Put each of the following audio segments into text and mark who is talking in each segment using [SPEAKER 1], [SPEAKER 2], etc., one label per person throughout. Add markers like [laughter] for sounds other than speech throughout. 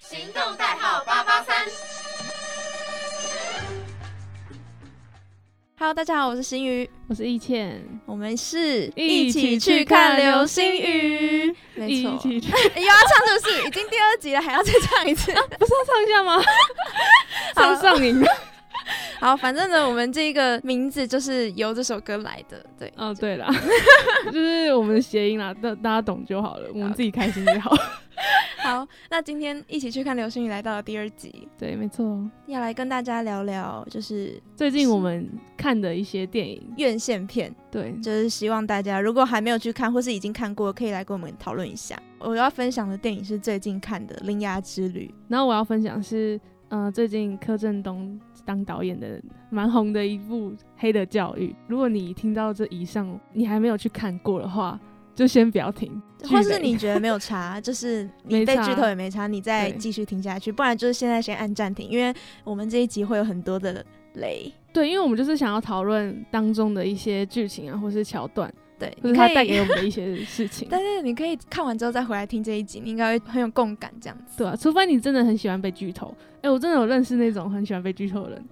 [SPEAKER 1] 行动代号八八三。
[SPEAKER 2] Hello，大家好，我是新宇，
[SPEAKER 3] 我是易倩，
[SPEAKER 2] 我们是
[SPEAKER 3] 一起去看流星雨，
[SPEAKER 2] 没错 [laughs]
[SPEAKER 3] 一，起去 [laughs]
[SPEAKER 2] 又要唱是不是？已经第二集了，还要再唱一次？
[SPEAKER 3] 不是要唱一下吗？唱上瘾了。
[SPEAKER 2] 好，反正呢，我们这个名字就是由这首歌来的，对，
[SPEAKER 3] 哦，对了， [laughs] 就是我们的谐音啦，大大家懂就好了，我们自己开心 [laughs] 就好。
[SPEAKER 2] 好，那今天一起去看流星雨来到了第二集，
[SPEAKER 3] 对，没错。
[SPEAKER 2] 要来跟大家聊聊就是
[SPEAKER 3] 最近我们看的一些电影，
[SPEAKER 2] 院线片，
[SPEAKER 3] 对，
[SPEAKER 2] 就是希望大家如果还没有去看或是已经看过，可以来跟我们讨论一下。我要分享的电影是最近看的《铃芽之旅》，
[SPEAKER 3] 然后我要分享是，呃，最近柯震东当导演的蛮红的一部《黑的教育》。如果你听到这以上，你还没有去看过的话，就先不要听，
[SPEAKER 2] 或
[SPEAKER 3] 巨
[SPEAKER 2] 是
[SPEAKER 3] 雷
[SPEAKER 2] 你觉得没有差， [laughs] 就是你
[SPEAKER 3] 没
[SPEAKER 2] 被
[SPEAKER 3] 差
[SPEAKER 2] 剧透也没差，你再
[SPEAKER 3] 对
[SPEAKER 2] 继续听下去，不然就是现在先按暂停，因为我们这一集会有很多的雷。
[SPEAKER 3] 对，因为我们就是想要讨论当中的一些剧情啊，或是桥段，
[SPEAKER 2] 对，你
[SPEAKER 3] 或是
[SPEAKER 2] 可
[SPEAKER 3] 它带给
[SPEAKER 2] 以，
[SPEAKER 3] 我们的一些事 [laughs] 情，
[SPEAKER 2] 但是你可以看完之后再回来听这一集，你应该会很有共感这样子。
[SPEAKER 3] 对啊，除非你真的很喜欢被剧透，哎、我真的有认识那种很喜欢被剧透的人，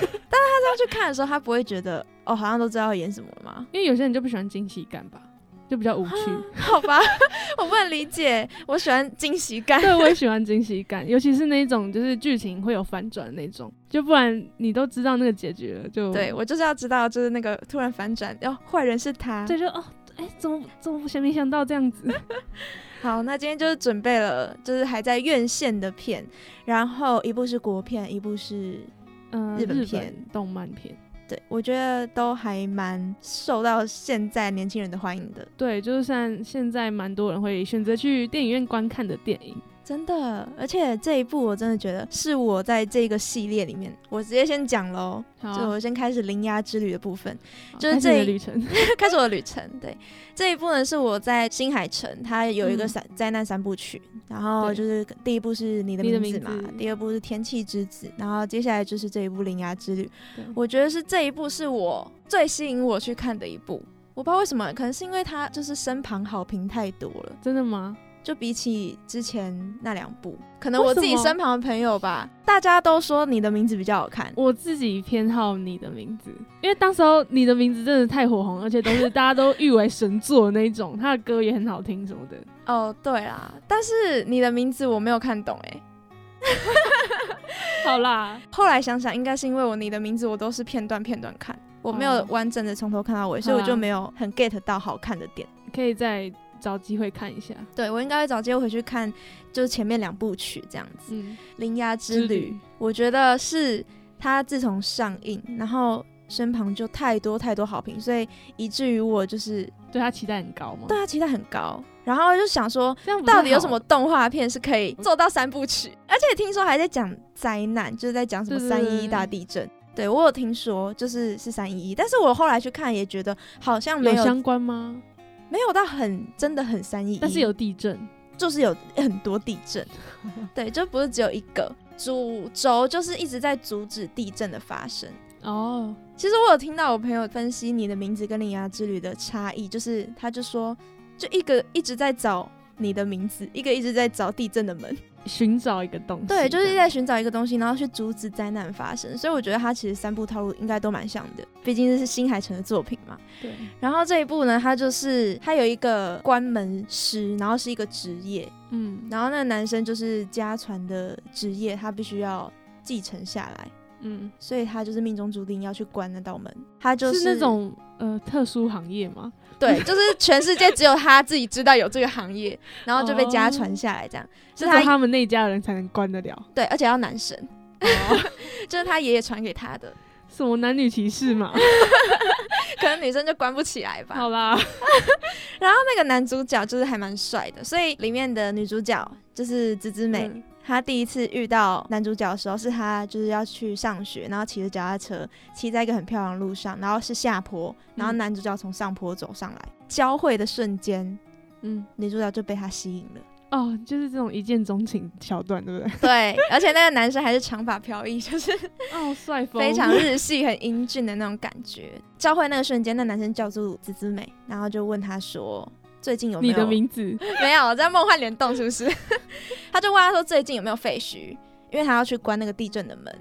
[SPEAKER 2] 他去看的时候，他不会觉得哦，好像都知道要演什么了吗？啊
[SPEAKER 3] 因为有些人就不喜欢惊喜感吧，就比较无趣。
[SPEAKER 2] 好吧， [laughs] 我不能理解，我喜欢惊喜感。
[SPEAKER 3] 对，我也喜欢惊喜感，尤其是那种就是剧情会有反转的那种，就不然你都知道那个结局了，
[SPEAKER 2] [laughs]
[SPEAKER 3] 就
[SPEAKER 2] 对，我就是要知道，就是那个突然反转，哦，坏人是他。
[SPEAKER 3] 这就哦，哎、怎么怎么想没想到这样 [laughs] 子？
[SPEAKER 2] 好，那今天就是准备了，就是还在院线的片，然后一部是国片，一部是
[SPEAKER 3] 嗯、
[SPEAKER 2] 日本
[SPEAKER 3] 日
[SPEAKER 2] 片
[SPEAKER 3] 本动漫片，
[SPEAKER 2] 对，我觉得都还蛮受到现在年轻人的欢迎的，
[SPEAKER 3] 对，就是像现在蛮多人会选择去电影院观看的电影。
[SPEAKER 2] 真的。而且这一部我真的觉得是我在这个系列里面，我直接先讲喽，
[SPEAKER 3] 好
[SPEAKER 2] 就我先开始铃芽之旅的部分，
[SPEAKER 3] 好
[SPEAKER 2] 就是
[SPEAKER 3] 开始你
[SPEAKER 2] 这
[SPEAKER 3] 的旅程， [laughs]
[SPEAKER 2] 开始我的旅程。对，这一部呢是我在新海诚，它有一个
[SPEAKER 3] 嗯
[SPEAKER 2] 三灾难三部曲，然后
[SPEAKER 3] 对
[SPEAKER 2] 就是第一部是你的
[SPEAKER 3] 你的
[SPEAKER 2] 名字嘛
[SPEAKER 3] 名字，
[SPEAKER 2] 第二部是天气之子，然后接下来就是这一部铃芽之旅。
[SPEAKER 3] 对
[SPEAKER 2] 我觉得是这一部是我最吸引我去看的一部。我不知道为什么，可能是因为它就是身旁好评太多了，
[SPEAKER 3] 真的吗？
[SPEAKER 2] 就比起之前那两部，可能我
[SPEAKER 3] 为什
[SPEAKER 2] 自
[SPEAKER 3] 么
[SPEAKER 2] 己身旁的朋友吧，大家都说你的名字比较好看。
[SPEAKER 3] 我自己偏好你的名字，因为当时候你的名字真的太火红，而且都是大家都誉为神作的那一种，他的歌也很好听什么的。
[SPEAKER 2] 哦，对啦，但是你的名字我没有看懂哎、
[SPEAKER 3] 好啦，
[SPEAKER 2] 后来想想，应该是因为我你的名字我都是片段片段看，我没有
[SPEAKER 3] 哦
[SPEAKER 2] 完整的从头看到尾，所以
[SPEAKER 3] 好
[SPEAKER 2] 我
[SPEAKER 3] 啊
[SPEAKER 2] 就没有很 get 到好看的点。
[SPEAKER 3] [laughs] 可以再找机会看一下。
[SPEAKER 2] 对我应该会找机会回去看，就是前面两部曲这样子。《
[SPEAKER 3] 嗯，
[SPEAKER 2] 铃芽之旅》，我觉得是它自从上映，然后身旁就太多太多好评，所以以至于我就是
[SPEAKER 3] 对他期待很高吗？
[SPEAKER 2] 对，它期待很高，然后就想说。
[SPEAKER 3] 这样不太
[SPEAKER 2] 到底有
[SPEAKER 3] 好嗯
[SPEAKER 2] 什么？动画片是可以做到三部曲？而且听说还在讲灾难，就是在讲什么
[SPEAKER 3] 对对
[SPEAKER 2] 三
[SPEAKER 3] 对
[SPEAKER 2] 一一大地震。对我有听说，就是是三一一，但是我后来去看也觉得好像没
[SPEAKER 3] 有
[SPEAKER 2] 有
[SPEAKER 3] 相关吗？
[SPEAKER 2] 没有到很真的很三一一，
[SPEAKER 3] 但是有地震，
[SPEAKER 2] 就是有很多地
[SPEAKER 3] [laughs]
[SPEAKER 2] 震，对，就不是只有一个。主轴就是一直在阻止地震的发生。
[SPEAKER 3] 哦，
[SPEAKER 2] 其实我有听到我朋友分析你的名字跟《铃芽之旅》的差异，就是他就说，就一个一直在找你的名字，一个一直在找地震的门，
[SPEAKER 3] 寻找一个东西。
[SPEAKER 2] 对，就是
[SPEAKER 3] 这样
[SPEAKER 2] 在寻找一个东西，然后去阻止灾难发生。所以我觉得他其实三部套路应该都蛮像的，毕竟这是新海诚的作品嘛。
[SPEAKER 3] 对，
[SPEAKER 2] 然后这一部呢，他就是他有一个关门师，然后是一个职业，
[SPEAKER 3] 嗯
[SPEAKER 2] 然后那个男生就是家传的职业，他必须要继承下来，
[SPEAKER 3] 嗯，
[SPEAKER 2] 所以他就是命中注定要去关那道门。他就是
[SPEAKER 3] 那
[SPEAKER 2] [laughs]
[SPEAKER 3] 种呃特殊行业吗？
[SPEAKER 2] 对，就是全世界只有他自己知道有这个行业，然后就被家传下来，这样、是
[SPEAKER 3] 是他
[SPEAKER 2] 他
[SPEAKER 3] 他们那家的人才能关得了。
[SPEAKER 2] 对，而且要男生，
[SPEAKER 3] 哦
[SPEAKER 2] 就是他爷爷传给他的，
[SPEAKER 3] [laughs] 什么男女歧视嘛？
[SPEAKER 2] 可能女生就关不起来吧。
[SPEAKER 3] 好啦，
[SPEAKER 2] 那个男主角就是还蛮帅的，所以里面的女主角就是芝芝美，
[SPEAKER 3] 嗯
[SPEAKER 2] 她第一次遇到男主角的时候，是她就是要去上学，然后骑着脚踏车，骑在一个很漂亮的路上，然后是下坡，然后
[SPEAKER 3] 嗯
[SPEAKER 2] 男主角从上坡走上来，交汇的瞬间，
[SPEAKER 3] 嗯，
[SPEAKER 2] 女主角就被他吸
[SPEAKER 3] [laughs]
[SPEAKER 2] 引了。
[SPEAKER 3] 哦，就是这种一见钟情桥段，对不对？
[SPEAKER 2] 对，而且那个男生还是长发飘逸，就是
[SPEAKER 3] 哦， [laughs] 帅疯，
[SPEAKER 2] 非常日系、很英俊的那种感觉。教会那个瞬间，那男生叫住子子美，然后就问她说：“最近有没
[SPEAKER 3] 你
[SPEAKER 2] 有
[SPEAKER 3] 的名字，
[SPEAKER 2] [laughs] 没有在梦幻联动是不 [laughs] 是？他就问他说最近有没有废墟，因为他要去关那个地震的门。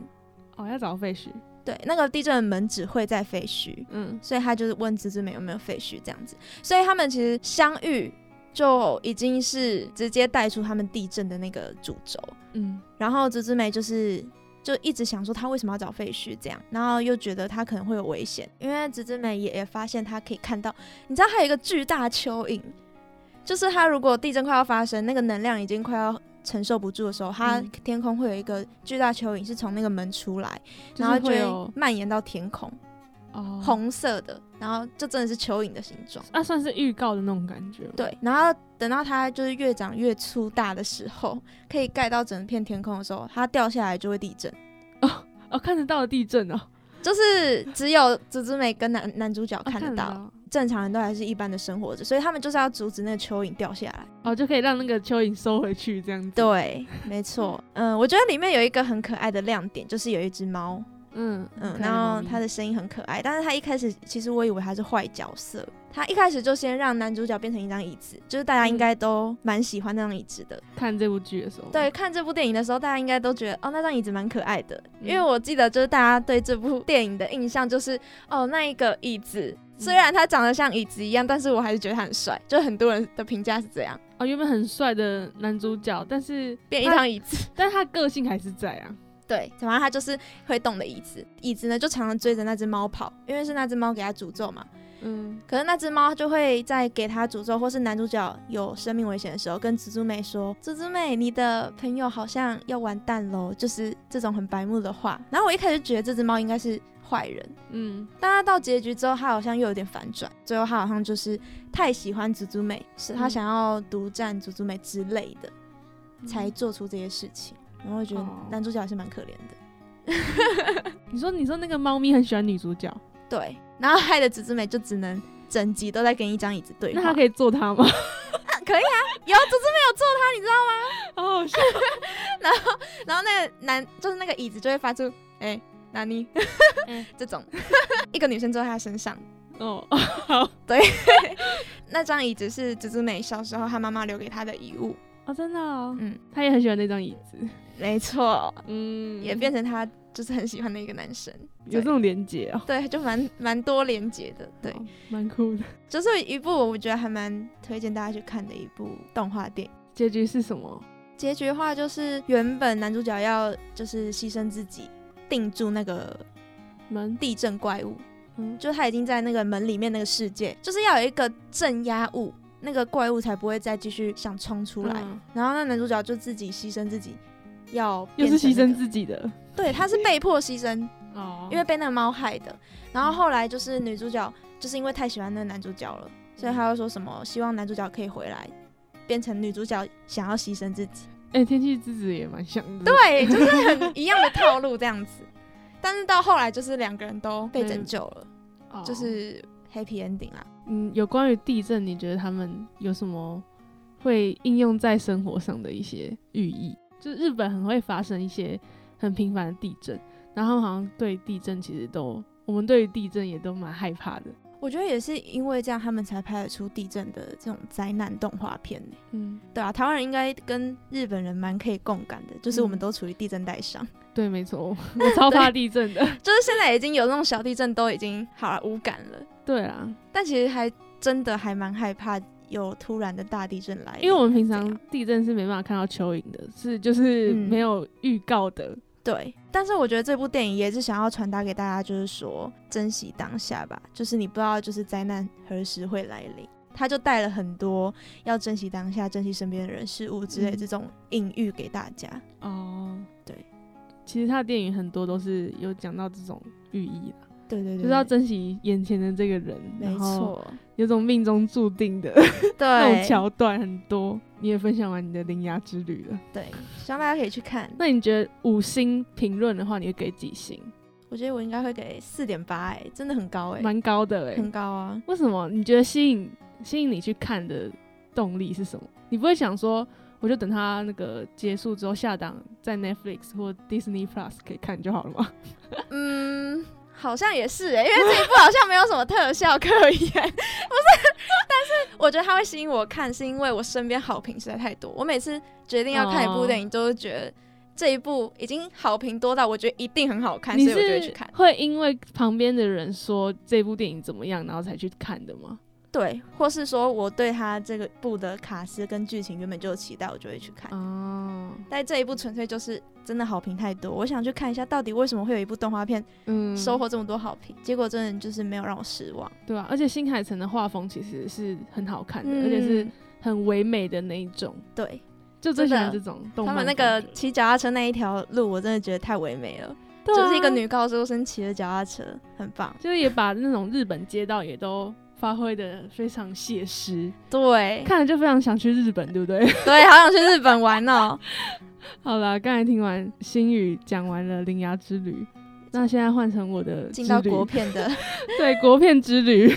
[SPEAKER 3] 哦，要找废墟，
[SPEAKER 2] 对，那个地震的门只会在废墟，
[SPEAKER 3] 嗯，
[SPEAKER 2] 所以他就是问芝芝美有没有废墟这样子。所以他们其实相遇就已经是直接带出他们地震的那个主轴。
[SPEAKER 3] 嗯，
[SPEAKER 2] 然后芝芝梅就是就一直想说她为什么要找废墟这样，然后又觉得她可能会有危险，因为芝芝梅也也发现她可以看到，你知道还有一个巨大蚯蚓，就是它如果地震快要发生，那个能量已经快要。承受不住的时候，它
[SPEAKER 3] 嗯
[SPEAKER 2] 天空会有一个巨大蚯蚓，是从那个门出来，
[SPEAKER 3] 就
[SPEAKER 2] 然后
[SPEAKER 3] 是
[SPEAKER 2] 就
[SPEAKER 3] 会
[SPEAKER 2] 会
[SPEAKER 3] 有
[SPEAKER 2] 蔓延到天空，
[SPEAKER 3] 哦，
[SPEAKER 2] 红色的，然后就真的是蚯蚓的形状。
[SPEAKER 3] 那算是预告的那种感觉，，
[SPEAKER 2] 对，然后等到它就是越长越粗大的时候，可以盖到整片天空的时候，它掉下来就会地震。
[SPEAKER 3] 哦，看得到的地震哦，
[SPEAKER 2] 就是只有紫之美跟男男主角
[SPEAKER 3] 哦
[SPEAKER 2] 看得到，
[SPEAKER 3] 到，
[SPEAKER 2] 正常人都还是一般的生活着，所以他们就是要阻止那个蚯蚓掉下 [laughs] 来。
[SPEAKER 3] 哦，就可以让那个蚯蚓收回去这样子，，
[SPEAKER 2] 对，没错。嗯，我觉得里面有一个很可爱的亮点，就是有一只猫，
[SPEAKER 3] 嗯
[SPEAKER 2] 嗯，然后它的声音很可爱，但是它一开始其实我以为它是坏角色，它一开始就先让男主角变成一张椅子，就是大家应该都蛮喜欢那张椅子的。
[SPEAKER 3] 看这部剧的时候，
[SPEAKER 2] 对，，看这部电影的时候，大家应该都觉得哦，那张椅子蛮可爱的，
[SPEAKER 3] 嗯
[SPEAKER 2] 因为我记得就是大家对这部电影的印象就是哦，那一个椅子。虽然他长得像椅子一样，但是我还是觉得他很帅，就很多人的评价是这样，
[SPEAKER 3] 哦，原本很帅的男主角，但是
[SPEAKER 2] 变一
[SPEAKER 3] 他
[SPEAKER 2] 张椅子。
[SPEAKER 3] 但他个性还是在啊，
[SPEAKER 2] [laughs] 对，反正他就是会动的椅子，椅子呢就常常追着那只猫跑，因为是那只猫给他诅咒嘛。
[SPEAKER 3] 嗯，
[SPEAKER 2] 可是那只猫就会在给他诅咒，或是男主角有生命危险的时候，跟蜘蛛妹说：“蜘蛛妹，你的朋友好像要完蛋喽。”就是这种很白目的话。然后我一开始觉得这只猫应该是坏人，
[SPEAKER 3] 嗯，
[SPEAKER 2] 但它到结局之后，它好像又有点反转，最后它好像就是太喜欢蜘蛛妹，是它
[SPEAKER 3] 嗯
[SPEAKER 2] 想要独占蜘蛛妹之类的，才
[SPEAKER 3] 嗯
[SPEAKER 2] 做出这些事情。然后我觉得
[SPEAKER 3] 哦
[SPEAKER 2] 男主角还是蛮可怜的，
[SPEAKER 3] 你说你说那个猫咪很喜欢女主角，
[SPEAKER 2] [laughs] 对。然后害得蜘蛛妹就只能整集都在跟一张椅子对话。
[SPEAKER 3] 那他可以做他吗？ [laughs]
[SPEAKER 2] 可以啊，有蜘蛛妹有做它，你知道吗？
[SPEAKER 3] 好好笑，
[SPEAKER 2] 然后那个男就是那个椅子就会发出哎、哪里、
[SPEAKER 3] 嗯
[SPEAKER 2] [laughs] 这种，一个女生坐在他身上。
[SPEAKER 3] 哦，
[SPEAKER 2] 那张椅子是蜘蛛美小时候她妈妈留给她的遗物，
[SPEAKER 3] 哦，真的哦，
[SPEAKER 2] 嗯，
[SPEAKER 3] 他也很喜欢那张椅子，
[SPEAKER 2] 没错，
[SPEAKER 3] 嗯，
[SPEAKER 2] 也变成她就是很喜欢的一个男生，
[SPEAKER 3] 有这种连结哦，
[SPEAKER 2] 对，就蛮蛮多连结的，对
[SPEAKER 3] 好，，蛮酷的。
[SPEAKER 2] 就是一部我觉得还蛮推荐大家去看的一部动画电影。
[SPEAKER 3] 结局是什么？
[SPEAKER 2] 结局的话，就是原本男主角要就是牺牲自己，定住那个
[SPEAKER 3] 门
[SPEAKER 2] 地震怪物，
[SPEAKER 3] 嗯
[SPEAKER 2] 就是他已经在那个门里面那个世界，就是要有一个镇压物，那个怪物才不会再继续想冲出来。
[SPEAKER 3] 嗯
[SPEAKER 2] 然后那男主角就自己牺牲自己，要
[SPEAKER 3] 又
[SPEAKER 2] 变
[SPEAKER 3] 是
[SPEAKER 2] 成
[SPEAKER 3] 牺
[SPEAKER 2] 那
[SPEAKER 3] 牲
[SPEAKER 2] 个
[SPEAKER 3] 自己的
[SPEAKER 2] 对，他是被迫牺牲，
[SPEAKER 3] [laughs] 哦嗯
[SPEAKER 2] 因为被那个猫害的。然后后来就是女主角就是因为太喜欢那个男主角了，
[SPEAKER 3] 嗯
[SPEAKER 2] 所以她又说什么希望男主角可以回来。变成女主角想要牺牲自己，
[SPEAKER 3] 哎、天气之子也蛮像的，
[SPEAKER 2] 对， [laughs] 就是
[SPEAKER 3] [laughs]
[SPEAKER 2] 很一样的套路这样子。但是到后来就是两个人都被拯救了，
[SPEAKER 3] 哦
[SPEAKER 2] 就是 happy ending 啦。
[SPEAKER 3] 嗯，有关于地震，你觉得他们有什么会应用在生活上的一些寓意？就是日本很会发生一些很频繁的地震，然后好像对地震其实都，我们对于地震也都蛮害怕的。
[SPEAKER 2] 我觉得也是因为这样，他们才拍得出地震的这种灾难动画片呢。
[SPEAKER 3] 嗯，
[SPEAKER 2] 对啊，台湾人应该跟日本人蛮可以共感的，就是我们
[SPEAKER 3] 嗯
[SPEAKER 2] 都处于地震带上， [laughs]
[SPEAKER 3] 对，没错，我我超怕地震的。
[SPEAKER 2] 就是现在已经有那种小地震都已经好了无感了，
[SPEAKER 3] 对啦，
[SPEAKER 2] 但其实还真的还蛮害怕有突然的大地震来，
[SPEAKER 3] 因为我们平
[SPEAKER 2] 这
[SPEAKER 3] 常
[SPEAKER 2] 样
[SPEAKER 3] 地震是没办法看到蚯蚓的，是就是
[SPEAKER 2] 嗯
[SPEAKER 3] 没有预告的。
[SPEAKER 2] 对。但是我觉得这部电影也是想要传达给大家，就是说珍惜当下吧，就是你不知道就是灾难何时会来临。他就带了很多要珍惜当下、珍惜身边的人事物之类
[SPEAKER 3] 嗯
[SPEAKER 2] 这种隐喻给大家。
[SPEAKER 3] 哦，
[SPEAKER 2] 对，
[SPEAKER 3] 其实他的电影很多都是有讲到这种寓意啦，
[SPEAKER 2] 对对对，
[SPEAKER 3] 就是要珍惜眼前的这个人，
[SPEAKER 2] 对，没，错，
[SPEAKER 3] [laughs] 有种命中注定的 [laughs] 那种
[SPEAKER 2] 对，
[SPEAKER 3] 桥段很多。你也分享完你的灵牙之旅了，
[SPEAKER 2] 对，希望大家可以去看。
[SPEAKER 3] 那你觉得五星评论的话，你会给几星？
[SPEAKER 2] 我觉得我应该会给四点八，哎，真的很高哎、
[SPEAKER 3] 蛮高的哎、
[SPEAKER 2] 很高啊。
[SPEAKER 3] 为什么？你觉得吸引吸引你去看的动力是什么？你不会想说，我就等它那个结束之后下档，在 Netflix 或 Disney Plus 可以看就好了
[SPEAKER 2] [laughs]
[SPEAKER 3] 吗？
[SPEAKER 2] 嗯，欸好像也是哎、因为这一部好像没有什么特效可言，不是？但是我觉得它会吸引我看，是因为我身边好评实在太多。我每次决定要看一部
[SPEAKER 3] 哦
[SPEAKER 2] 电影，都是觉得这一部已经好评多到我觉得一定很好看，
[SPEAKER 3] 你
[SPEAKER 2] 所以我就会去
[SPEAKER 3] 是
[SPEAKER 2] 看。
[SPEAKER 3] 会因为旁边的人说这部电影怎么样，然后才去看的吗？
[SPEAKER 2] 对，或是说我对它这个部的卡司跟剧情原本就有期待，我就会去看。
[SPEAKER 3] 哦，
[SPEAKER 2] 但这一部纯粹就是真的好评太多，我想去看一下到底为什么会有一部动画片
[SPEAKER 3] 嗯，
[SPEAKER 2] 收获这么多好评，结果真的就是没有让我失望。
[SPEAKER 3] 对啊，而且新海诚的画风其实是很好看的，
[SPEAKER 2] 嗯
[SPEAKER 3] 而且是很唯美的那一种，
[SPEAKER 2] 对
[SPEAKER 3] 就最喜欢
[SPEAKER 2] 真的
[SPEAKER 3] 这种动
[SPEAKER 2] 他们
[SPEAKER 3] 漫
[SPEAKER 2] 那
[SPEAKER 3] 风格。
[SPEAKER 2] 个骑脚踏车那一条路，我真的觉得太唯美了，
[SPEAKER 3] 对啊
[SPEAKER 2] 就是一个，女高中生骑着脚踏车，很棒。
[SPEAKER 3] 就是也把那种日本街道也都发挥的非常写实，
[SPEAKER 2] 对，
[SPEAKER 3] 看了就非常想去日本，对不
[SPEAKER 2] [laughs]
[SPEAKER 3] 对？
[SPEAKER 2] 对，好想去日本玩
[SPEAKER 3] [laughs]
[SPEAKER 2] 哦。
[SPEAKER 3] 好了，刚才听完心语讲完了《铃芽之旅》，那现在换成我的
[SPEAKER 2] 进到
[SPEAKER 3] 之旅
[SPEAKER 2] 国片的，
[SPEAKER 3] [laughs] 对国片之旅。 [laughs]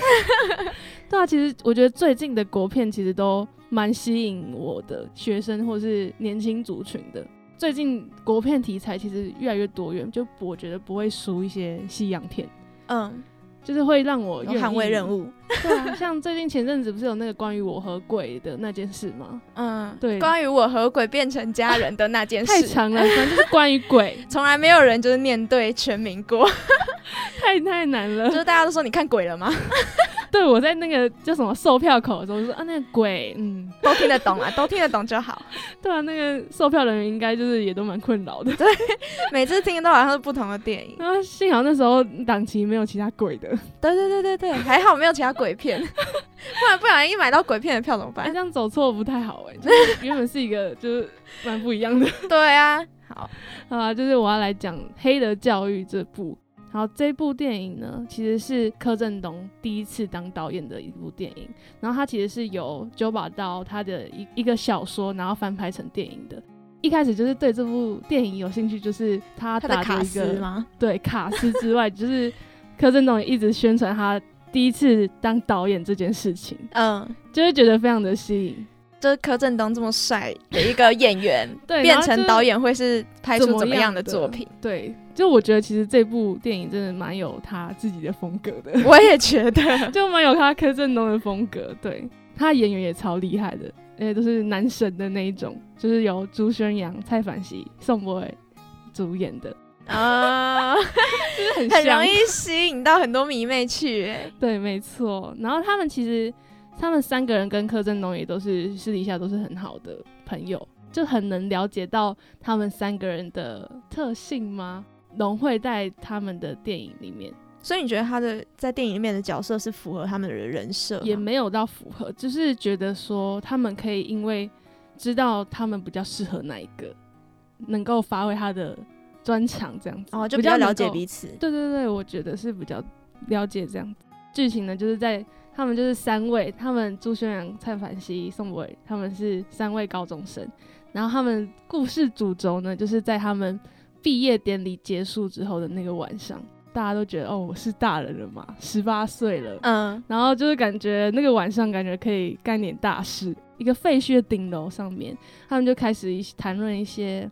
[SPEAKER 3] 对啊，其实我觉得最近的国片其实都蛮吸引我的学生或是年轻族群的。最近国片题材其实越来越多元，就我觉得不会输一些西洋片，
[SPEAKER 2] 嗯，
[SPEAKER 3] 就是会让我
[SPEAKER 2] 有捍卫任
[SPEAKER 3] 务。
[SPEAKER 2] 务，
[SPEAKER 3] 对啊，像最近前阵子不是有那个关于我和鬼的那件事吗？
[SPEAKER 2] 嗯，
[SPEAKER 3] 对
[SPEAKER 2] 关于我和鬼变成家人的那件
[SPEAKER 3] 太
[SPEAKER 2] 事，
[SPEAKER 3] 长了，反正就是关于鬼，
[SPEAKER 2] 从来没有人就是面对全民
[SPEAKER 3] [laughs]
[SPEAKER 2] 过，
[SPEAKER 3] 太太难了
[SPEAKER 2] 就。是大家都说你看鬼了吗？
[SPEAKER 3] 对，我在那个叫什么售票口的时候，我就说啊，那个鬼，嗯，
[SPEAKER 2] 都听得懂啊，都听得懂就好。
[SPEAKER 3] 对啊，那个售票人员应该就是也都蛮困扰的。 [laughs]
[SPEAKER 2] 每次听到好像是不同的电影，
[SPEAKER 3] 然后幸好那时候档期没有其他鬼的，
[SPEAKER 2] 对对对对对，还好没有其他鬼
[SPEAKER 3] [laughs]
[SPEAKER 2] 片，不然不然一买到鬼片的票怎么
[SPEAKER 3] 哎，
[SPEAKER 2] 办
[SPEAKER 3] 这？样走错不太好哎、就是原本是一个就是蛮不一样的。
[SPEAKER 2] 对啊，好，
[SPEAKER 3] 好啊，就是我要来讲《黑的教育》这部。好，这部电影呢，其实是柯震东第一次当导演的一部电影。然后它其实是由九把刀他的一一个小说，然后翻拍成电影的。一开始就是对这部电影有兴趣，就是他
[SPEAKER 2] 他的
[SPEAKER 3] 打
[SPEAKER 2] 卡
[SPEAKER 3] 着一
[SPEAKER 2] 斯
[SPEAKER 3] 个
[SPEAKER 2] 吗？
[SPEAKER 3] 对卡斯之外， [laughs] 就是柯震东也一直宣传他第一次当导演这件事情，
[SPEAKER 2] 嗯，
[SPEAKER 3] 就会觉得非常的吸引。
[SPEAKER 2] 就是柯震东这么帅的一个演员，
[SPEAKER 3] [laughs] 对，
[SPEAKER 2] 变
[SPEAKER 3] 然后就
[SPEAKER 2] 成
[SPEAKER 3] 是
[SPEAKER 2] 导演会是拍出怎么样的
[SPEAKER 3] 怎么
[SPEAKER 2] 作
[SPEAKER 3] 样的
[SPEAKER 2] 品？ [laughs]
[SPEAKER 3] 对，就我觉得其实这部电影真的蛮有他自己的风格的， [laughs]
[SPEAKER 2] 我也觉得，
[SPEAKER 3] 就蛮有他柯震东的风格。对，他演员也超厉害的，而且都是男神的那一种，就是由朱宣阳、蔡凡熙、宋博伟主演的，
[SPEAKER 2] 啊、
[SPEAKER 3] 就是很
[SPEAKER 2] 很
[SPEAKER 3] 像
[SPEAKER 2] 容易吸引到很多迷妹去、欸。
[SPEAKER 3] 对，没错。然后他们其实，他们三个人跟柯震东也都是私底下都是很好的朋友，就很能了解到他们三个人的特性吗？融会在他们的电影里面，
[SPEAKER 2] 所以你觉得他的在电影里面的角色是符合他们的人设吗？
[SPEAKER 3] 也没有到符合，就是觉得说他们可以因为知道他们比较适合哪一个，能够发挥他的专长这样子。
[SPEAKER 2] 哦，就
[SPEAKER 3] 比
[SPEAKER 2] 比较
[SPEAKER 3] 较
[SPEAKER 2] 了
[SPEAKER 3] 能
[SPEAKER 2] 解
[SPEAKER 3] 够
[SPEAKER 2] 彼此。
[SPEAKER 3] 对对对，我觉得是比较了解这样子。剧情呢，就是在他们就是三位，他们朱宣阳、蔡凡熙、宋博伟，他们是三位高中生。然后他们故事主轴呢，就是在他们毕业典礼结束之后的那个晚上，大家都觉得哦，我是大人了嘛，十八岁了。
[SPEAKER 2] 嗯，
[SPEAKER 3] 然后就是感觉那个晚上，感觉可以干点大事。一个废墟的顶楼上面，他们就开始一起谈论一些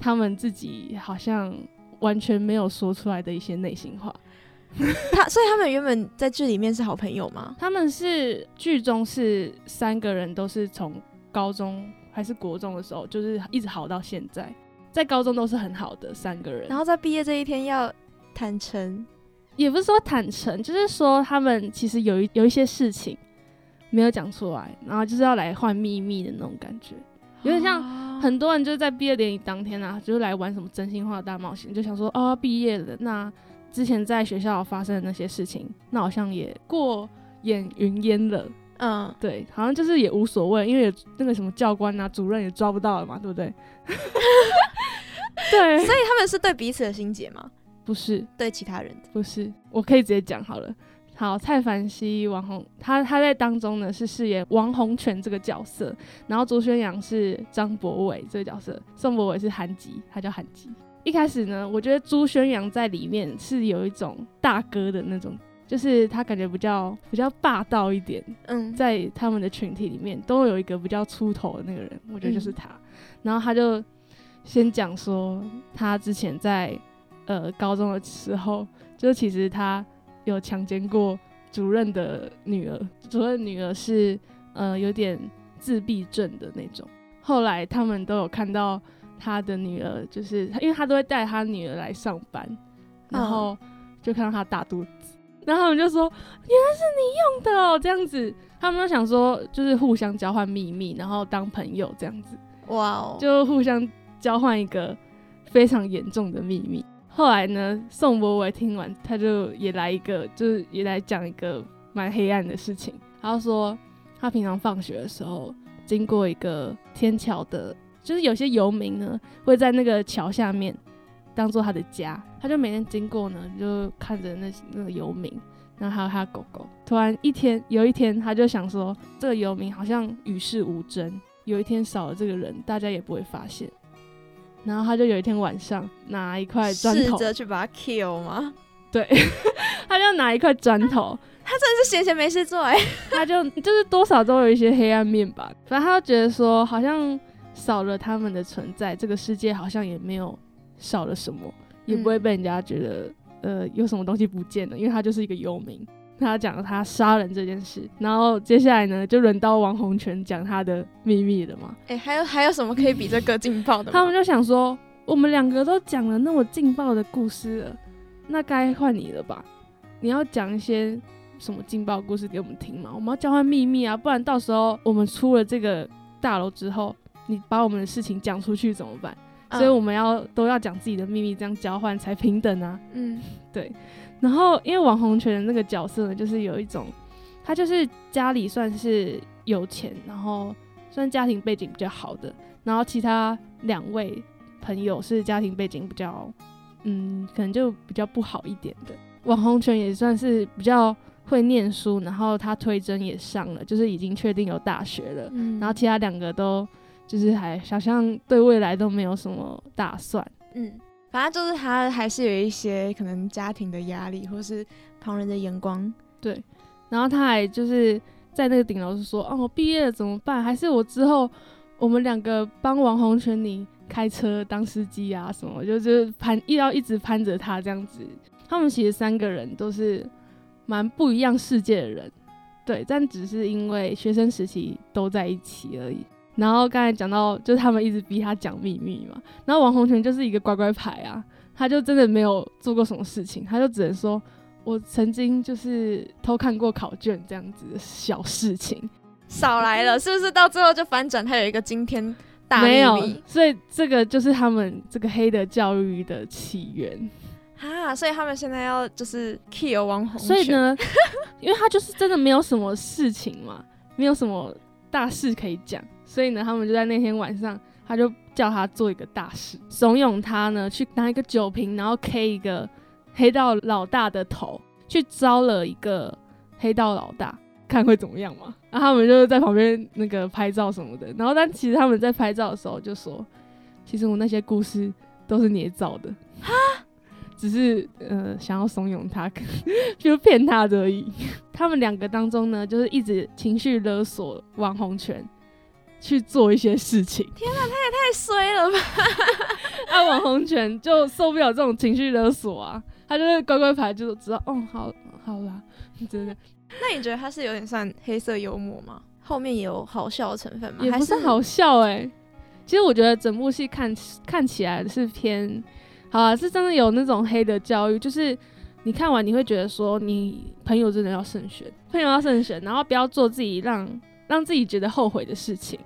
[SPEAKER 3] 他们自己好像完全没有说出来的一些内心话。
[SPEAKER 2] 他所以他们原本在剧里面是好朋友吗？
[SPEAKER 3] 他们是剧中是三个人都是从高中还是国中的时候，就是一直好到现在，在高中都是很好的三个人。
[SPEAKER 2] 然后在毕业这一天要坦诚，
[SPEAKER 3] 也不是说坦诚，就是说他们其实有一有一些事情没有讲出来，然后就是要来换秘密的那种感觉。有点像
[SPEAKER 2] 像
[SPEAKER 3] 很多人就是在毕业典礼当天啊，就是来玩什么真心话大冒险，就想说哦，毕业了，那之前在学校发生的那些事情，那好像也过眼云烟了，
[SPEAKER 2] 嗯，
[SPEAKER 3] 对，好像就是也无所谓，因为也那个什么教官啊、主任也抓不到了嘛，对不对？ [laughs] 对，
[SPEAKER 2] 所以他们是对彼此的心结吗？
[SPEAKER 3] 不是，
[SPEAKER 2] 对其他人的？
[SPEAKER 3] 不是，我可以直接讲好了。好，蔡凡熙、王红，他他在当中呢是饰演王红权这个角色，然后朱宣阳是张博伟这个角色，宋博伟是韩吉，他叫韩吉。一开始呢，我觉得朱宣阳在里面是有一种大哥的那种，就是他感觉比较比较霸道一点，
[SPEAKER 2] 嗯，
[SPEAKER 3] 在他们的群体里面都有一个比较出头的那个人，我觉得就是他。然后他就先讲说，他之前在呃高中的时候，就其实他有强奸过主任的女儿，主任女儿是呃有点自闭症的那种。后来他们都有看到他的女儿，就是因为他都会带他女儿来上班，然后就看到他大肚子，然后他们就说原来是你用的哦，这样子。他们就想说，就是互相交换秘密，然后当朋友这样子。
[SPEAKER 2] 哇哦，
[SPEAKER 3] 就互相交换一个非常严重的秘密。后来呢，宋博伟听完，他就也来一个，就是也来讲一个蛮黑暗的事情。他说，他平常放学的时候，经过一个天桥的，就是有些游民呢会在那个桥下面当做他的家，他就每天经过呢，就看着那那个游民。然后还有他的狗狗，突然一天，有一天他就想说，这个游民好像与世无争，有一天少了这个人，大家也不会发现。然后他就有一天晚上拿一块砖
[SPEAKER 2] 试
[SPEAKER 3] 头，
[SPEAKER 2] 着去把它 kill 吗？ [laughs]
[SPEAKER 3] 他就拿一块砖头，
[SPEAKER 2] 他真的是闲闲没事做哎、
[SPEAKER 3] 他就就是多少都有一些黑暗面吧。反正他就觉得说，好像少了他们的存在，这个世界好像也没有少了什么，也不会被人家觉得、呃有什么东西不见了，因为他就是一个游民。他讲了他杀人这件事，然后接下来呢，就轮到王洪泉讲他的秘密了嘛。
[SPEAKER 2] [laughs] 哎、还有还有什么可以比这个劲爆的吗？
[SPEAKER 3] 他们就想说，我们两个都讲了那么劲爆的故事了，那该换你了吧？你要讲一些什么劲爆的故事给我们听嘛？我们要交换秘密啊，不然到时候我们出了这个大楼之后，你把我们的事情讲出去怎么办？
[SPEAKER 2] 嗯
[SPEAKER 3] 所以我们要都要讲自己的秘密，这样交换才平等啊。
[SPEAKER 2] 嗯
[SPEAKER 3] 然后因为王洪泉的那个角色呢，就是有一种，他就是家里算是有钱，然后算家庭背景比较好的，然后其他两位朋友是家庭背景比较，嗯，可能就比较不好一点的。王洪泉也算是比较会念书，然后他推甄也上了，就是已经确定有大学了。
[SPEAKER 2] 嗯
[SPEAKER 3] 然后其他两个都就是还好像对未来都没有什么打算。
[SPEAKER 2] 嗯，反正就是他还是有一些可能家庭的压力，或是旁人的眼光。
[SPEAKER 3] 然后他还就是在那个顶楼就说：“哦，我毕业了怎么办？还是我之后我们两个帮王洪全你开车当司机啊什么？就是攀一要一直攀着他这样子。他们其实三个人都是蛮不一样世界的人，对，但只是因为学生时期都在一起而已。”然后刚才讲到，就是他们一直逼他讲秘密嘛。然后王洪全就是一个乖乖牌啊，他就真的没有做过什么事情，他就只能说我曾经就是偷看过考卷这样子的小事情，
[SPEAKER 2] 少来了，是不是到最后就反转？他有一个惊天大
[SPEAKER 3] 没有
[SPEAKER 2] 秘密，
[SPEAKER 3] 所以这个就是他们这个黑的教育的起源。
[SPEAKER 2] 哈，所以他们现在要就是 kill 王红，
[SPEAKER 3] 所以，呢， [laughs] 因为他就是真的没有什么事情嘛，没有什么大事可以讲，所以呢，他们就在那天晚上，他就叫他做一个大事，怂恿他呢去拿一个酒瓶，然后 K 一个黑道老大的头，去招了一个黑道老大，看会怎么样嘛。然后他们就在旁边那个拍照什么的，然后但其实他们在拍照的时候就说，其实我那些故事都是捏造的， [laughs] 只是呃想要怂恿他，就骗他而已。 [laughs] 他们两个当中呢，就是一直情绪勒索王洪泉去做一些事情，
[SPEAKER 2] 太衰了吧？ [laughs]
[SPEAKER 3] 啊，王洪泉就受不了这种情绪勒索啊，他就是乖乖牌，就知道，哦，好，好啦，真的
[SPEAKER 2] 那你觉得他是有点算黑色幽默吗？后面也有好笑的成分吗？
[SPEAKER 3] 也
[SPEAKER 2] 还
[SPEAKER 3] 不是好笑哎、其实我觉得整部戏看看起来是偏，好啊，是真的有那种黑的教育，就是你看完你会觉得说，你朋友真的要慎选，朋友要慎选，然后不要做自己让让自己觉得后悔的事情，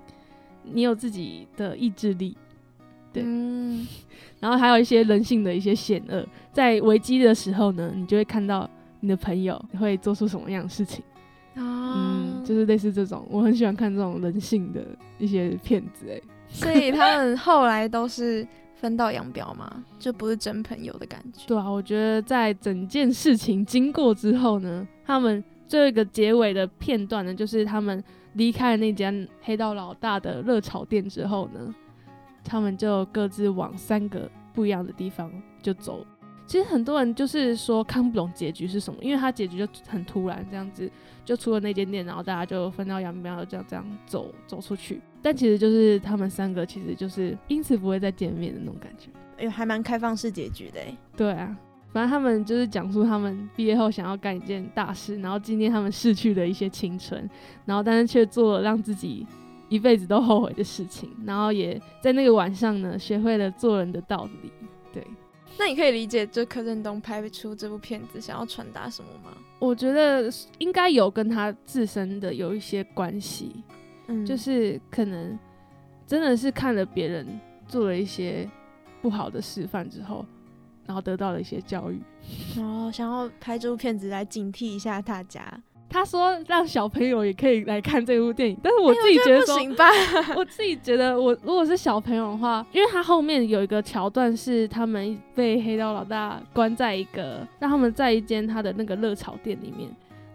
[SPEAKER 3] 你有自己的意志力。对
[SPEAKER 2] 嗯，
[SPEAKER 3] 然后还有一些人性的一些险恶，在危机的时候呢，你就会看到你的朋友会做出什么样的事情。
[SPEAKER 2] 啊哦
[SPEAKER 3] 嗯，，就是类似这种，我很喜欢看这种人性的一些片子、欸。
[SPEAKER 2] 所以他们后来都是分道扬镳嘛，就不是真朋友的感觉。
[SPEAKER 3] 对啊，我觉得在整件事情经过之后呢，他们最后一个结尾的片段呢，就是他们离开了那家黑道老大的热炒店之后呢，他们就各自往三个不一样的地方就走。其实很多人就是说看不懂结局是什么，因为他结局就很突然，这样子就出了那间店，然后大家就分道扬镳，这样这样走走出去。但其实就是他们三个其实就是因此不会再见面的那种感觉。
[SPEAKER 2] 哎、还蛮开放式结局的、
[SPEAKER 3] 对啊，反正他们就是讲述他们毕业后想要干一件大事，然后纪念他们逝去的一些青春，然后但是却做了让自己一辈子都后悔的事情，然后也在那个晚上呢，学会了做人的道理。对，
[SPEAKER 2] 那你可以理解，就柯震东拍出这部片子想要传达什么吗？
[SPEAKER 3] 我觉得应该有跟他自身的有一些关系，
[SPEAKER 2] 嗯
[SPEAKER 3] 就是可能真的是看了别人做了一些不好的示范之后，然后得到了一些教育。
[SPEAKER 2] 然后想要拍这部片子来警惕一下大家。
[SPEAKER 3] 他说让小朋友也可以来看这部电影，但是我自己觉
[SPEAKER 2] 哎我 [laughs] 不
[SPEAKER 3] 得说， [laughs]
[SPEAKER 2] 行吧，
[SPEAKER 3] 我自己觉得我如果是小朋友的话，因为他后面有一个桥段是他们被黑道老大关在一个，让他们在一间他的那个热炒店里面，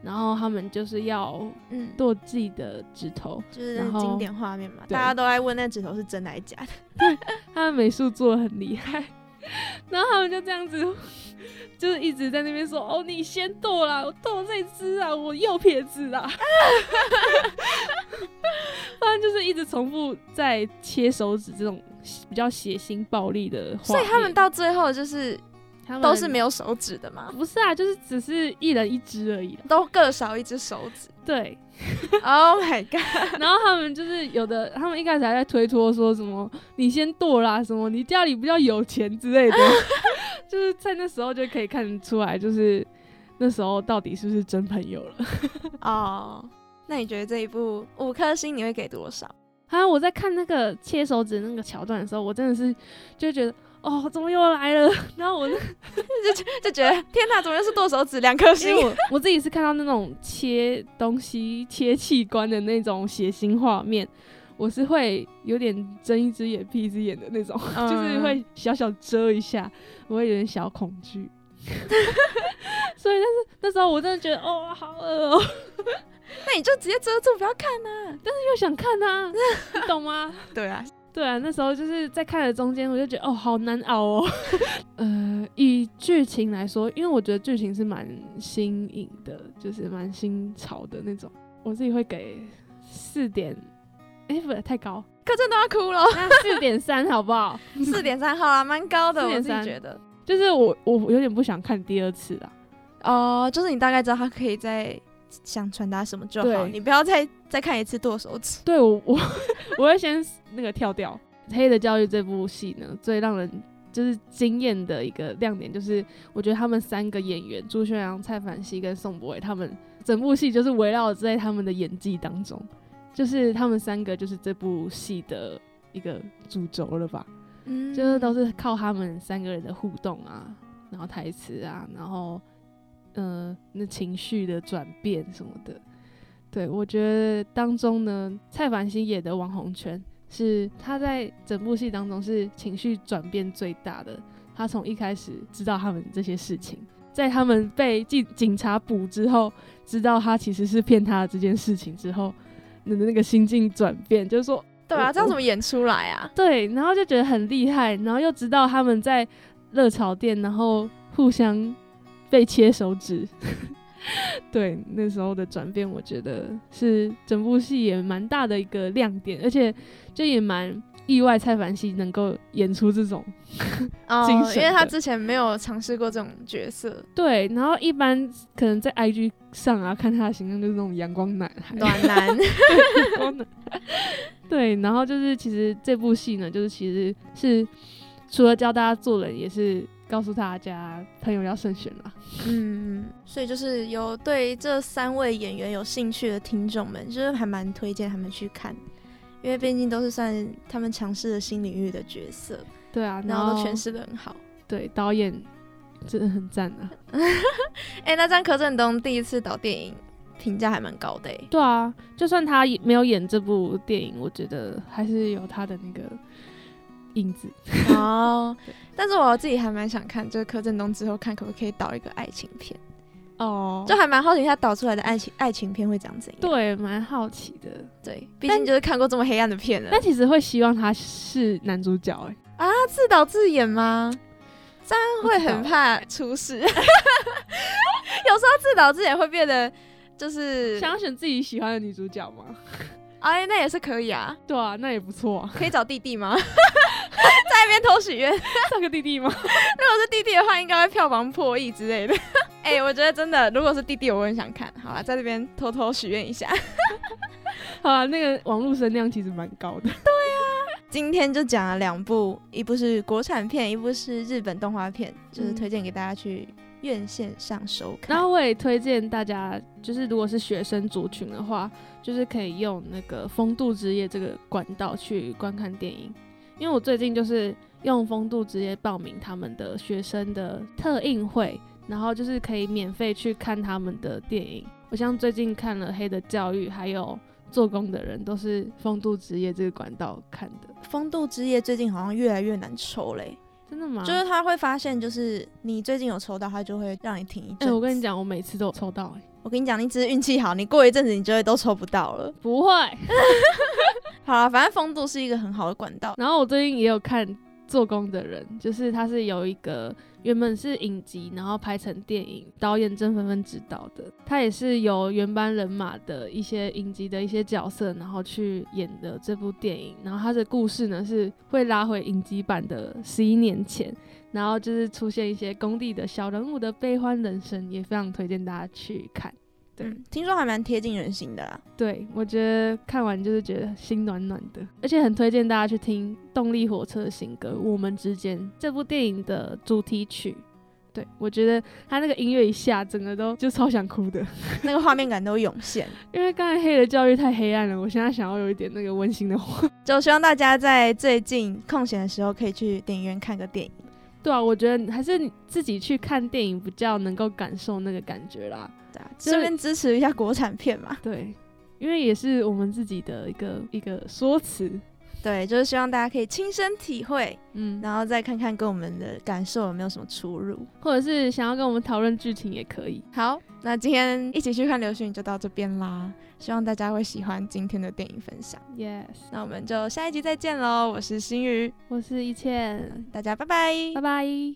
[SPEAKER 3] 然后他们就是要
[SPEAKER 2] [laughs] 嗯，
[SPEAKER 3] 剁自己的指头，
[SPEAKER 2] 就是
[SPEAKER 3] 然后
[SPEAKER 2] 经典画面嘛，
[SPEAKER 3] 对
[SPEAKER 2] 大家都在问那指头是真的还是假的。
[SPEAKER 3] 他的美术做的很厉害， [laughs] 然后他们就这样子，就是一直在那边说：“哦，你先剁啦，我剁这只啊，我右撇子啦。” [laughs] 反正就是一直重复在切手指这种比较血腥暴力的画面，
[SPEAKER 2] 所以他们到最后 [laughs] 就是
[SPEAKER 3] 他们
[SPEAKER 2] 都是没有手指的嘛，
[SPEAKER 3] 不是啊，就是只是一人一只而已啦。
[SPEAKER 2] 都各少一只手指。
[SPEAKER 3] 对，
[SPEAKER 2] [laughs] oh my god！
[SPEAKER 3] [laughs] 然后他们就是有的，他们一开始还在推脱说什么“你先剁啦”，什么“你家里比较有钱”之 [laughs] 类的，就是在那时候就可以看得出来，就是那时候到底是不是真朋友了。 [laughs]
[SPEAKER 2] 哦、那你觉得这一部五颗星你会给多少？
[SPEAKER 3] 还啊有我在看那个切手指那个桥段的时候，我真的是就觉得哦，怎么又来了？ [laughs] 然后我那
[SPEAKER 2] 就觉得天哪，怎么又是剁手指？两颗
[SPEAKER 3] 因
[SPEAKER 2] 星
[SPEAKER 3] 为我我自己是看到那种切东西、切器官的那种血腥画面。我是会有点睁一只眼闭一只眼的那种，
[SPEAKER 2] 嗯
[SPEAKER 3] 就是会小小遮一下，我会有点小恐惧。 [laughs] 所以，但是那时候我真的觉得，哦，好饿哦， [laughs]
[SPEAKER 2] 那你就直接遮住，不要看啊。
[SPEAKER 3] 又想看啊，你懂吗？
[SPEAKER 2] 对啊，
[SPEAKER 3] 对啊，那时候就是在看的中间，我就觉得哦，好难熬哦。 [laughs] 呃，以剧情来说，因为我觉得剧情是蛮新颖的，就是蛮新潮的那种，我自己会给四点，哎，不太高，
[SPEAKER 2] 柯震东要哭了，
[SPEAKER 3] 那四点三好不好？
[SPEAKER 2] 四点三号啊，蛮高的，我自己
[SPEAKER 3] 4.3
[SPEAKER 2] 觉得。
[SPEAKER 3] [laughs] 就是我我有点不想看第二次啦。
[SPEAKER 2] 哦、就是你大概知道他可以在想传达什么就好，
[SPEAKER 3] 对
[SPEAKER 2] 你不要再再看一次剁手指。
[SPEAKER 3] 对我我我会先那个跳掉。《黑的教育》这部戏呢，最让人就是惊艳的一个亮点，就是我觉得他们三个演员朱宣阳、蔡凡熙跟宋博伟，他们整部戏就是围绕在他们的演技当中，就是他们三个就是这部戏的一个主轴了吧。
[SPEAKER 2] 嗯
[SPEAKER 3] 就是都是靠他们三个人的互动啊，然后台词啊，然后嗯、呃那情绪的转变什么的。对我觉得当中呢，蔡凡熙演的王红圈是他在整部戏当中是情绪转变最大的。他从一开始知道他们这些事情，在他们被警警察捕之后，知道他其实是骗他的这件事情之后，那那个心境转变，就是说
[SPEAKER 2] 对啊，这样怎么演出来啊？
[SPEAKER 3] 对，然后就觉得很厉害，然后又知道他们在热炒店，然后互相被切手指。 [laughs] 对，那时候的转变，我觉得是整部戏也蛮大的一个亮点，而且就也蛮意外蔡凡熙能够演出这种。
[SPEAKER 2] 哦
[SPEAKER 3] 精神
[SPEAKER 2] 因为他
[SPEAKER 3] 的
[SPEAKER 2] 之前没有尝试过这种角色，
[SPEAKER 3] 对，然后一般可能在 IG 上啊，看他的形象就是那种阳光男
[SPEAKER 2] [laughs]
[SPEAKER 3] 孩，
[SPEAKER 2] 暖男。
[SPEAKER 3] [laughs] 光的。对，然后就是其实这部戏呢，就是其实是除了教大家做人，也是告诉大家朋友要慎选啦。
[SPEAKER 2] 嗯，所以就是有对这三位演员有兴趣的听众们，就是还蛮推荐他们去看，因为毕竟都是算他们尝试了新领域的角色，
[SPEAKER 3] 对啊，
[SPEAKER 2] 然后都诠释的很好。
[SPEAKER 3] 对导演真的很赞啊。
[SPEAKER 2] 哎、那张柯震东第一次导电影，评价还蛮高的、欸。
[SPEAKER 3] 对啊，就算他也没有演这部电影，我觉得还是有他的那个影子。
[SPEAKER 2] [laughs] 哦，但是我自己还蛮想看，就是柯震东之后看可不可以导一个爱情片，
[SPEAKER 3] 哦
[SPEAKER 2] 就还蛮好奇他导出来的爱情爱情片会长怎样。
[SPEAKER 3] [laughs] 对，蛮好奇的。
[SPEAKER 2] 对，毕竟就是看过这么黑暗的片了
[SPEAKER 3] 但。其实会希望他是男主角、欸，
[SPEAKER 2] [laughs] 啊，自导自演吗？这样会
[SPEAKER 3] 不知道
[SPEAKER 2] 很怕出事。 [laughs] 有时候自导自演会变得就是，
[SPEAKER 3] 想要选自己喜欢的女主角吗？
[SPEAKER 2] 哎，那也是可以啊，
[SPEAKER 3] 对啊，那也不错啊。 [laughs]
[SPEAKER 2] [laughs] 可以找弟弟吗？那边偷许愿。
[SPEAKER 3] 上个弟弟吗？
[SPEAKER 2] 如果是弟弟的话，应该会票房破亿之类的。 [laughs] 哎、我觉得真的，如果是弟弟，我很想看。好啊啦，在这边偷偷许愿一下。
[SPEAKER 3] [laughs] 好啊，那个网络声量其实蛮高的。
[SPEAKER 2] 今天就讲了两部，一部是国产片，一部是日本动画片，就是
[SPEAKER 3] 嗯
[SPEAKER 2] 推荐给大家去院线上收看。
[SPEAKER 3] [laughs] 然后我也推荐大家，就是如果是学生族群的话，就是可以用那个《风度之夜》这个管道去观看电影。因为我最近就是用《风度之夜》报名他们的学生的特映会，然后就是可以免费去看他们的电影。我像最近看了《黑的教育》，还有《做工的人》，都是《风度之夜》这个管道看的。
[SPEAKER 2] 风度之夜最近好像越来越难抽嘞、
[SPEAKER 3] 真的吗？
[SPEAKER 2] 就是他会发现，就是你最近有抽到，他就会让你停一阵
[SPEAKER 3] 哎、
[SPEAKER 2] 子、
[SPEAKER 3] 我跟你讲，我每次都有抽到、哎，
[SPEAKER 2] 我跟你讲，你只是运气好，你过一阵子你就会都抽不到了。
[SPEAKER 3] 不会。
[SPEAKER 2] 好了，反正风度是一个很好的管道。
[SPEAKER 3] 然后我最近也有看《做工的人》，就是他是有一个原本是影集，然后拍成电影，导演郑芬芬执导的。他也是由原班人马的一些影集的一些角色，然后去演的这部电影。然后他的故事呢是会拉回影集版的十一年前，然后就是出现一些工地的小人物的悲欢人生，也非常推荐大家去看。对
[SPEAKER 2] 嗯，听说还蛮贴近人心的啦。
[SPEAKER 3] 对，我觉得看完就是觉得心暖暖的，而且很推荐大家去听动力火车的新歌《我们之间》这部电影的主题曲。对，我觉得他那个音乐一下，整个都就超想哭的， [laughs]
[SPEAKER 2] 那个画面感都涌现。
[SPEAKER 3] 因为刚才黑的教育太黑暗了，我现在想要有一点那个温馨的话。 [laughs]
[SPEAKER 2] 就希望大家在最近空闲的时候可以去电影院看个电影。
[SPEAKER 3] 对啊，我觉得还是你自己去看电影比较能够感受那个感觉啦。
[SPEAKER 2] 对啊，
[SPEAKER 3] 就是
[SPEAKER 2] 顺便支持一下国产片
[SPEAKER 3] [laughs]
[SPEAKER 2] 嘛。
[SPEAKER 3] 对，因为也是我们自己的一个一个说辞。
[SPEAKER 2] 对，就是希望大家可以亲身体会，
[SPEAKER 3] 嗯，
[SPEAKER 2] 然后再看看跟我们的感受有没有什么出入。
[SPEAKER 3] 或者是想要跟我们讨论剧情也可以。
[SPEAKER 2] 好，那今天一起去看流星雨就到这边啦，希望大家会喜欢今天的电影分享。
[SPEAKER 3] Yes，
[SPEAKER 2] 那我们就下一集再见喽，我是心宇，
[SPEAKER 3] 我是一倩，
[SPEAKER 2] 大家拜拜
[SPEAKER 3] 拜拜。